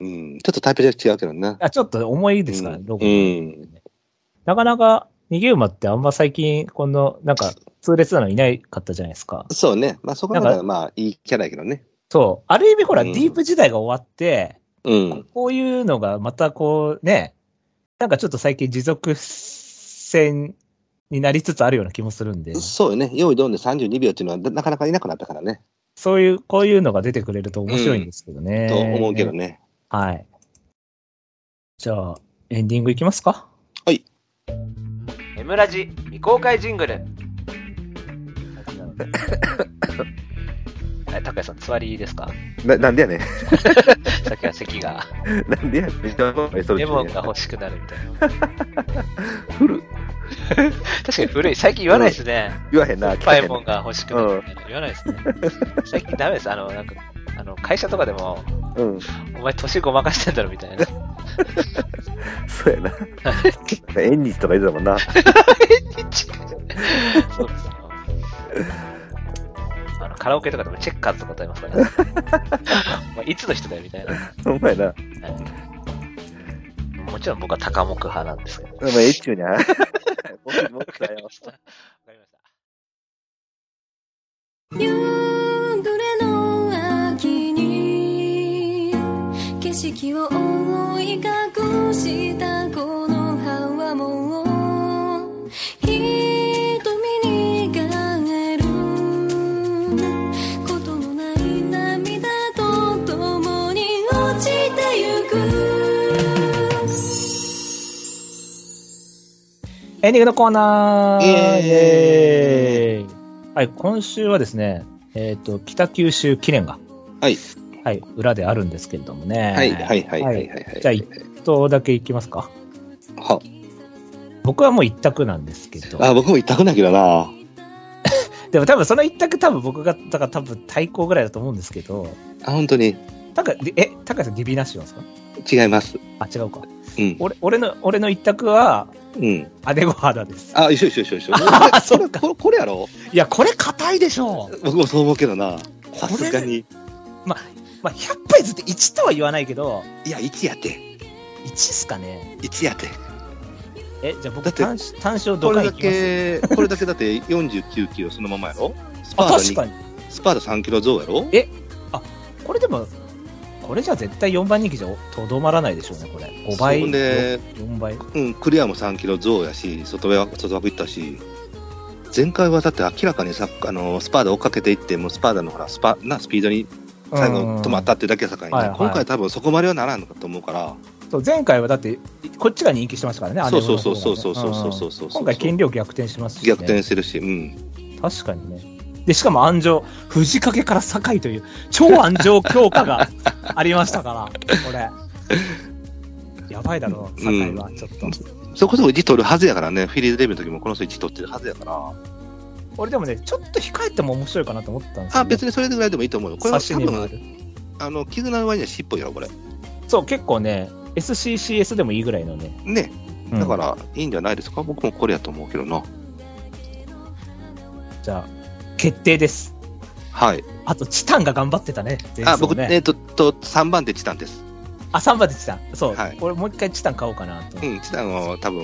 C: うん。ちょっとタイプじゃ違うけどな。
B: あちょっと重いですから、
C: うん
B: ロゴ。
C: うん
B: なかなか、逃げ馬ってあんま最近、この、なんか、痛烈なのいないかったじゃないですか。
C: そうね。まあ、そこまで
B: な
C: はまあ、いいキャラやけどね。
B: そう。ある意味、ほら、
C: うん
B: ディープ時代が終わって、
C: うん。
B: こういうのがまたこう、ね、なんかちょっと最近持続戦になりつつあるような気もするんで、
C: そうよね。用意どんで32秒っていうのはななかなかいなくなったからね。
B: そういう、こういうのが出てくれると面白いんですけどね。
C: と思うけどね。
B: はい。じゃあ、エンディングいきますか。
D: エムラジ未公開ジングル。え、高橋さん、座りですか
E: ななん でやねん。
D: さっきは席が、
E: なんでやねん。それ
D: レモンが欲しくなるみたいな。
E: 古
D: 確かに古い。最近言わないですね。
E: 言わへんな。
D: パイ
E: 聞
D: モン
E: か
D: が欲しくなるみたいな。言わないですね。最近ダメです。あの、なんか、あの、会社とかでも、
E: へんうん。
D: お前年ごまかしてんだろみたいな。
E: そうやな。縁日とか言ってたもん な。
D: そうですよ。あの、カラオケとかでもチェッカーズとか歌いますから、 ね。お前いつの人だよみたいな。
E: お前な。
D: はいもちろん僕は高木派なんですけど。
E: お前、えっちゅうにゃ。 僕も
D: わか
E: だ
D: り
E: よ
D: ま。した。わかりました。
F: 夕暮れの秋に景色を覆い隠したこの葉はもう瞳に輝ることのない涙と共に落ちてゆく
B: エンディングのコーナー
C: イエ
B: イエーイはい、今週はですね、えっ、と、北九州記念が、
C: はい。
B: はい、裏であるんですけれどもね。
C: はいはいはいはい
B: は
C: はいいはい。
B: じゃあ一とだけいきますか。
C: は
B: 僕はもう一択なんですけど。
C: あ、僕も痛くないけどな。
B: でも多分その一択多分僕が、だから多分対抗ぐらいだと思うんですけど、
C: あ、本当に
B: たか、でえ、高橋さんディビナッシュなんですか
C: 違います。
B: あ、違うか。
C: うん。
B: 俺、俺の、俺の一択は、
C: うん。
B: アデゴハダです。
C: あ、一緒一緒一緒一 緒。
B: あ
C: こ
B: そ
C: れ
B: うか
C: これこれやろ
B: いや、これ硬いでしょう。
C: 僕もそう思うけどな。さすがに。
B: まあ、100杯ずって1とは言わないけど、
C: いや、1やて。
B: 1っすかね。
C: 1やて。
B: え、じゃあ僕
C: だって
B: 単勝、単勝ど
C: こ
B: か
C: れ
B: ん
C: だ
B: いきます
C: け、これだけだって49キロそのままやろスパ
B: あ、
C: ー
B: 確
C: ト
B: か
C: に、
B: に。
C: スパート3キロ増やろ
B: えこれでも、これじゃ絶対4番人気じゃとどまらないでしょうね、これ。5倍。
C: そんで
B: 4倍。
C: うん、クリアも3キロ増やし、外枠、外枠いったし。前回はだって明らかにさ、あの、スパーダ追っかけていって、もうスパーダのほら、スパ、な、スピードに最後止まったってだけやさかい
B: はい
C: な
B: はい
C: 今回多分そこまではならんのかと思うから、
B: うん。そう、前回はだって、こっちが人気してましたからね、
C: そうそうそう
B: 姉御
C: そう
B: の
C: そ
B: 方
C: う
B: がね
C: そうそうそううそう。
B: ん今回、権力逆転しますし、ね。
C: 逆転してるし、うん。
B: 確かにね。で、しかも安城、藤掛から酒井という、超安城強化 がありましたから、これ。やばいだろう、酒井は、ちょっと。
C: そこそこ1取るはずやからね、フィリーズデビューの時もこの人1取ってるはずやから、
B: 俺でもね、ちょっと控えても面白いかなと思ったんですよ、
C: あ、
B: ね。
C: 別にそれぐらいでもいいと思うよ。これは
B: 差し
C: 多
B: にもあ
C: 分、
B: る
C: あの、絆の割には尻尾やろ、これ。
B: そう、結構ね、SCCS でもいいぐらいのね。
C: ね。
B: うん
C: だから、いいんじゃないですか、僕もこれやと思うけどな。
B: じゃあ、決定です。
C: はい。
B: あと、チタンが頑張ってたね。前
C: あ、
B: 走
C: 僕、
B: ね
C: えっと、と、3番手チタンです。
B: あ、3番でチタン。そう。
C: はい
B: 俺、もう一回チタン買おうかなと。
C: うん、チタンは多分、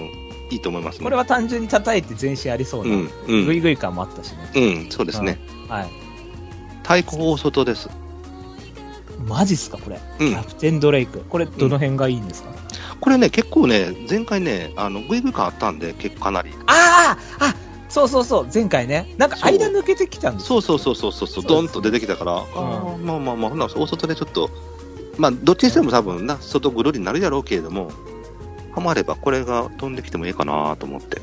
C: いいと思いますね。
B: これは単純に叩いて全身ありそう
C: う
B: な。
C: ん、う
B: グ
C: ん。
B: イグイ感もあったしね。
C: うん、そうですね。
B: はい。
C: 対抗大外です。
B: マジっすか、これ。
C: う
B: キ
C: ん
B: ャ。プテンドレイク。これ、どの辺がいいんですか、
C: これね、結構ね、前回ね、あの、グイグイ感あったんで、結構かなり。
B: あああそうそうそう、前回ね。なんか、
C: そう
B: 間抜けてきたんです。
C: そうそうそううそうそうそ
B: そ
C: う、
B: うです
C: ドンと出てきたから、あーまあまあまあ、ほんなら大外でちょっと、まあ、どっちにしても多分な、外ぐるりになるやろうけれども、ハマればこれが飛んできてもいいかなと思って。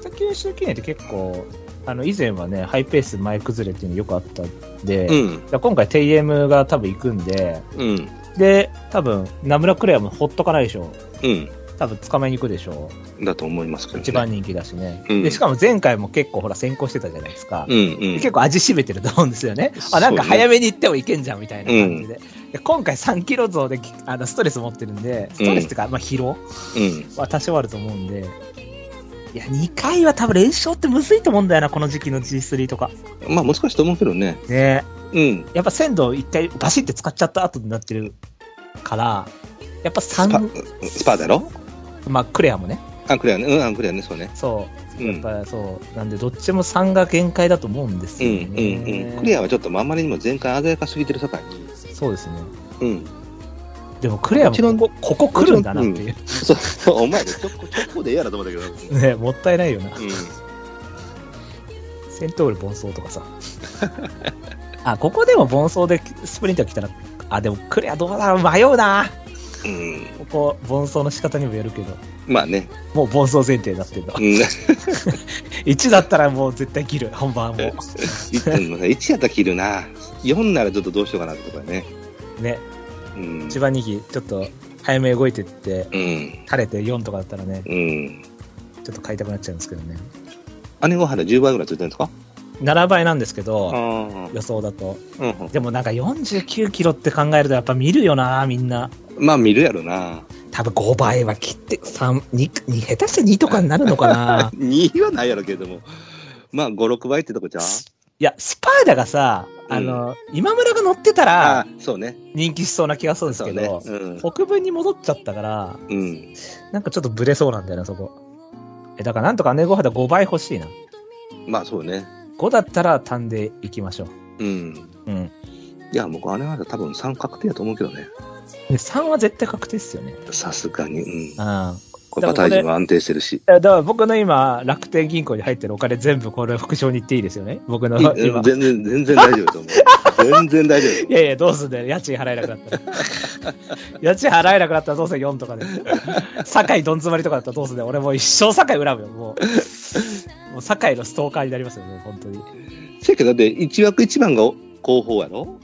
B: 北九州記念って結構、あの以前はね、ハイペース、前崩れっていうのよくあったんで、だ
C: うん、
B: から今回、TM が多分行くんで、
C: うん、
B: で、多分ナムラクレアもほっとかないでしょ、
C: う
B: 多分捕まえに行くでしょ
C: ん、だと思いますけど、ね。
B: 一番人気だしね、
C: うん
B: で。しかも前回も結構、ほら、先行してたじゃないですか。
C: うん、うん。
B: 結構味しめてると思うんですよね。
C: そう
B: あ
C: ね
B: なんか早めに行ってもいけんじゃんみたいな感じで。で今回3キロ増できあのストレス持ってるんで、ストレスっていうか、まあ、疲労
C: うん、
B: は多少あると思うんで、いや、2回は多分連勝ってむずいと思うんだよな、この時期の G3 とか。
C: まあ難しいと思うけどね。
B: ね
C: うん。
B: やっぱ鮮度を1回バシって使っちゃった後になってるから、やっぱ
C: パ
B: 3、
C: スパーだろ
B: まあ、クレアもね、
C: アンクレアね。うん、アンクレアね、そうね。
B: そうう、やっ
C: ん。
B: ぱそう、なんで、どっちも3が限界だと思うんです
C: うん
B: よね。
C: うんうん、クレアはちょっとあまりにも前回鮮やかすぎてるさかいに、
B: そうですね。
C: うん、
B: でもクレアも
C: もちろん
B: ここここ来るんだなっていう、
C: そうそうお前らちょっこちょっこでええやろと思ったけど、う
B: ね もったいないよな、
C: ん、
B: 戦闘力盆走とかさあここでも盆走でスプリンター来たらあでもクレアどうだろう迷うな
C: う
B: こ
C: ん、
B: こ盆走の仕方にもよるけど
C: まあね、
B: もう盆走前提になってる の
C: うん、い
B: 1だったらもう絶対切る本番も
C: うん1やったら切るな、4ならちょっとどうしようかなってとかね、
B: ね
C: うん、
B: 一番人気ちょっと早め動いてって
C: うん、
B: 垂れて4とかだったらね
C: うん、
B: ちょっと買いたくなっちゃうんですけどね
C: 姉御肌10倍ぐらいついてるんですか
B: 7倍なんですけど
C: あ
B: 予想だと
C: あ、うん、
B: でもなんか49キロって考えるとやっぱ見るよなみんな
C: まあ見るやろな、
B: 多分5倍は切って、三二二下手して2とかになるのか な
C: 2はないやろけども、まあ5、6倍ってとこじゃん
B: いや、スパーダがさ、あの、今村が乗ってた
C: あ
B: ら
C: あ、そうね、
B: 人気しそうな気がするんです
C: そ
B: け
C: うね
B: ど、、
C: うん、
B: 北分に戻っちゃったから、
C: うん、
B: なんかちょっとブレそうなんだよな、そこ。え、だからなんとか姉御肌5倍欲しいな。
C: まあそうね、
B: 5だったら単でいきましょう。
C: うん。
B: うん。
C: いや、僕、あれは多分三角定やと思うけどね。
B: で、3は絶対確定っすよね。
C: さすがに。うん
B: うん。。だ
C: これ、馬体重も安定してるし。
B: からだから僕の今、楽天銀行に入ってるお金全部これ副賞に行っていいですよね。僕の
C: いい
B: 今。
C: 全然、全然大丈夫だと思 う。全然大丈
B: いやいや、どうすんだよ。家賃払えなくなったら。 家賃払えなくなったらどうせ4とかで。堺どん詰まりとかだったらどうすんだよ。俺もう一生堺恨むよ。もう、もう堺のストーカーになりますよね、本当に。
C: 夫。せやけど、だって、一枠一番が後方やろ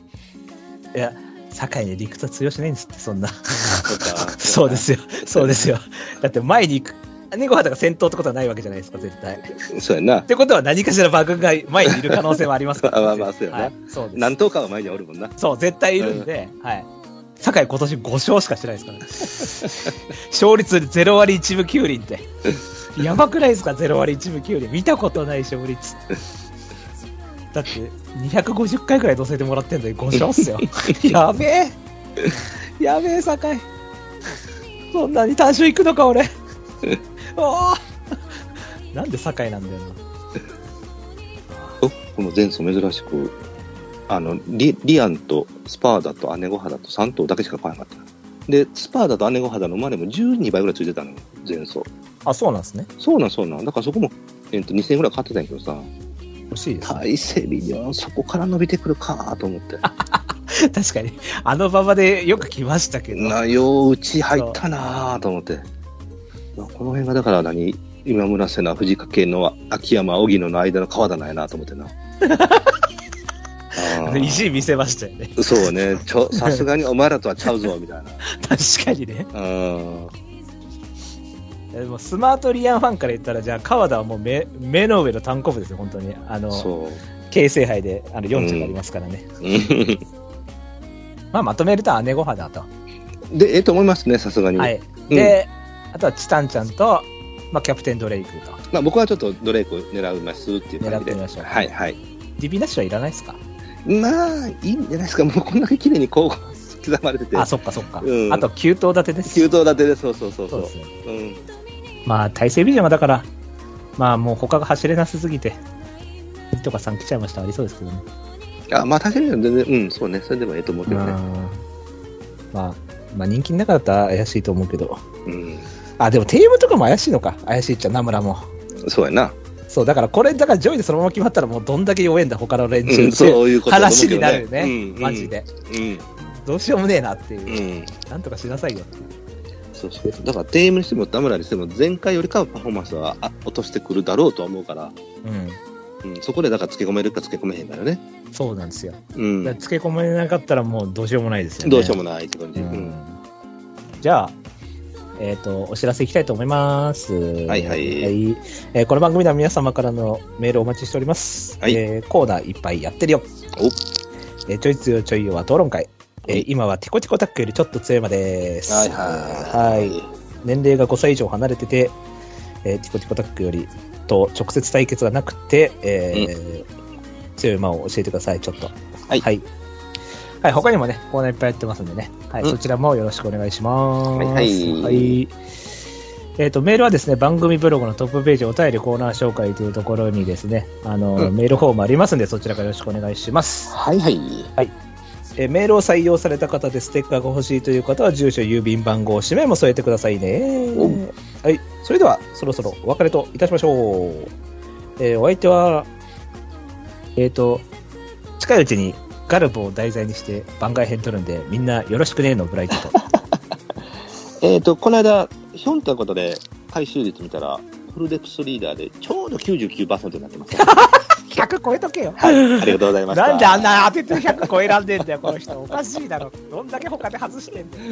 B: いや、堺ね、理屈は通用しないんですって、そん な。
C: そ
B: そうう
C: で
B: ですすよ。そうですよ。だって前に行く。猫畑が先頭ってことはないわけじゃないですか、絶対。っ
C: そうやな。
B: てことは何かしら馬群が前にいる可能性もありますから、
C: まあまあそうやな
B: はいそうです
C: 何頭かは前におるもんな。
B: そう、絶対いるんで、はい。酒井今年5勝しかしてないですから、ね、勝率0割1分9厘って。やばくないですか ?0 割1分9厘。見たことない勝率。だって、250回くらい乗せてもらってんのに5勝っす よ。やべえ。やべえ、酒井。そんなに単勝行くのか、俺。 おおなんで酒井なんだよな。
C: おこの前走珍しく、あの、リリアンとスパーダと姉御肌と3頭だけしか買えなかった。で、スパーダと姉御肌の馬でも12倍ぐらいついてたのよ、前走。
B: あ、そうなんですね。そうなん、そうなん。だからそこも、えっと、2000円ぐらい買ってたんやけどさ。欲しいです、ね。
C: 大セビリオン、そこから伸びてくるかと思って。
B: 確かに。あの馬場でよく来ましたけど。
C: なよううち入ったなぁと思って、まあこの辺がだから何今村瀬名藤掛の秋山荻野の間の川だないなと思って なあ
B: 意
C: ー
B: 地見せましたよね。
C: そうねちょさすがにお前らとはちゃうぞみたいな
B: 確かにね。
C: うん
B: でもスマートリアンファンから言ったら、じゃあ、川田はもう目目の上の単行部ですよ、本当に。あの、
C: そ
B: 京成杯であの4着になりますからね。
C: ううん
B: まあ、まとめると姉御肌と。
C: でええと思いますねさすがに、
B: はい。
C: うん
B: で、あとはチタンちゃんと、まあ、キャプテンドレイクと。
C: まあ、僕はちょっとドレイクを狙いますっていう感じで
B: 狙ってみましょう
C: はいはい
B: ディビナッシュはいらないですか
C: まあいいんじゃないですかもうこんだけ綺麗にこう刻まれてて
B: あ、そっかそっか。
C: うん
B: あと、9頭立てです。
C: 急騰立てでそうそうそうそ
B: そう
C: う
B: ですね。
C: うん
B: まあ、体制ビジョンがだから、まあ、もう他が走れなさすぎて、2とか3来ちゃいました、ありそうですけどね。
C: あまあ確かに全然うんそうねそれでもええと思うけどね
B: まあ、まあ人気の中だったら怪しいと思うけど。
C: うん
B: あ、でもテーマとかも怪しいのか。怪しいっちゃ、ナムラも。
C: そうやな、
B: そう、だからこれ、だから上位でそのまま決まったらもうどんだけ弱えんだ、他の連中って、
C: うん、そういうことだと思
B: 話
C: うけ
B: に
C: ど
B: なるよね、
C: うんうん
B: マジで。
C: うん
B: どうしようもねえなっていうう。
C: ん
B: なんとかしなさいよっていう。
C: そうそうだから DM にしてもダメなんですでも前回よりかはパフォーマンスはあ落としてくるだろうとは思うから、
B: う
C: うん、そこでだからつけ込めるかつけ込めへんからね、
B: ん。そうなんですよ。
C: うん、
B: だからつけ込まれなかったらもうどうしようもないですよね。
C: どうしようもないって感じ、
B: う
C: うん
B: ん。じゃあ、えっ、と、お知らせいきたいと思います。はい
C: はい
B: えーこの番組では皆様からのメールをお待ちしております。
C: はい
B: えーコーナーいっぱいやってるよ。
C: お
B: えーちょいつよちょいよは討論会。えー
C: はい
B: 今はテコテコタックよりちょっと強いまです。
C: はいは
B: は
C: い
B: い年齢が5歳以上離れてて、えー、ティコティコタックよりと直接対決がなくて、えー強い馬を教えてください、ちょっと。
C: はい
B: はい。はい他にもね、コーナーいっぱいやってますんでね、はい
C: うん
B: そちらもよろしくお願いします。
C: はいはい
B: はいえっとメールはですね番組ブログのトップページお便りコーナー紹介というところにですねあの、
C: うん
B: メールフォームありますんでそちらからよろしくお願いします。
C: はいはい
B: えーメールを採用された方でステッカーが欲しいという方は住所郵便番号氏名も添えてくださいね
C: おう
B: はいそれではそろそろお別れといたしましょう、えーお相手はえっ、と近いうちにガルボを題材にして番外編撮るんでみんなよろしくねのブライトと
C: えっ、とこの間ひょんということで回収率見たらフルデプスリーダーでちょうど99%になってます、
B: 100超えとけよ
C: はい、ありがとうございまし た
B: なんであんな当てて100超えらんねえんだよこの人おかしいだろどんだけ他で外してんだよ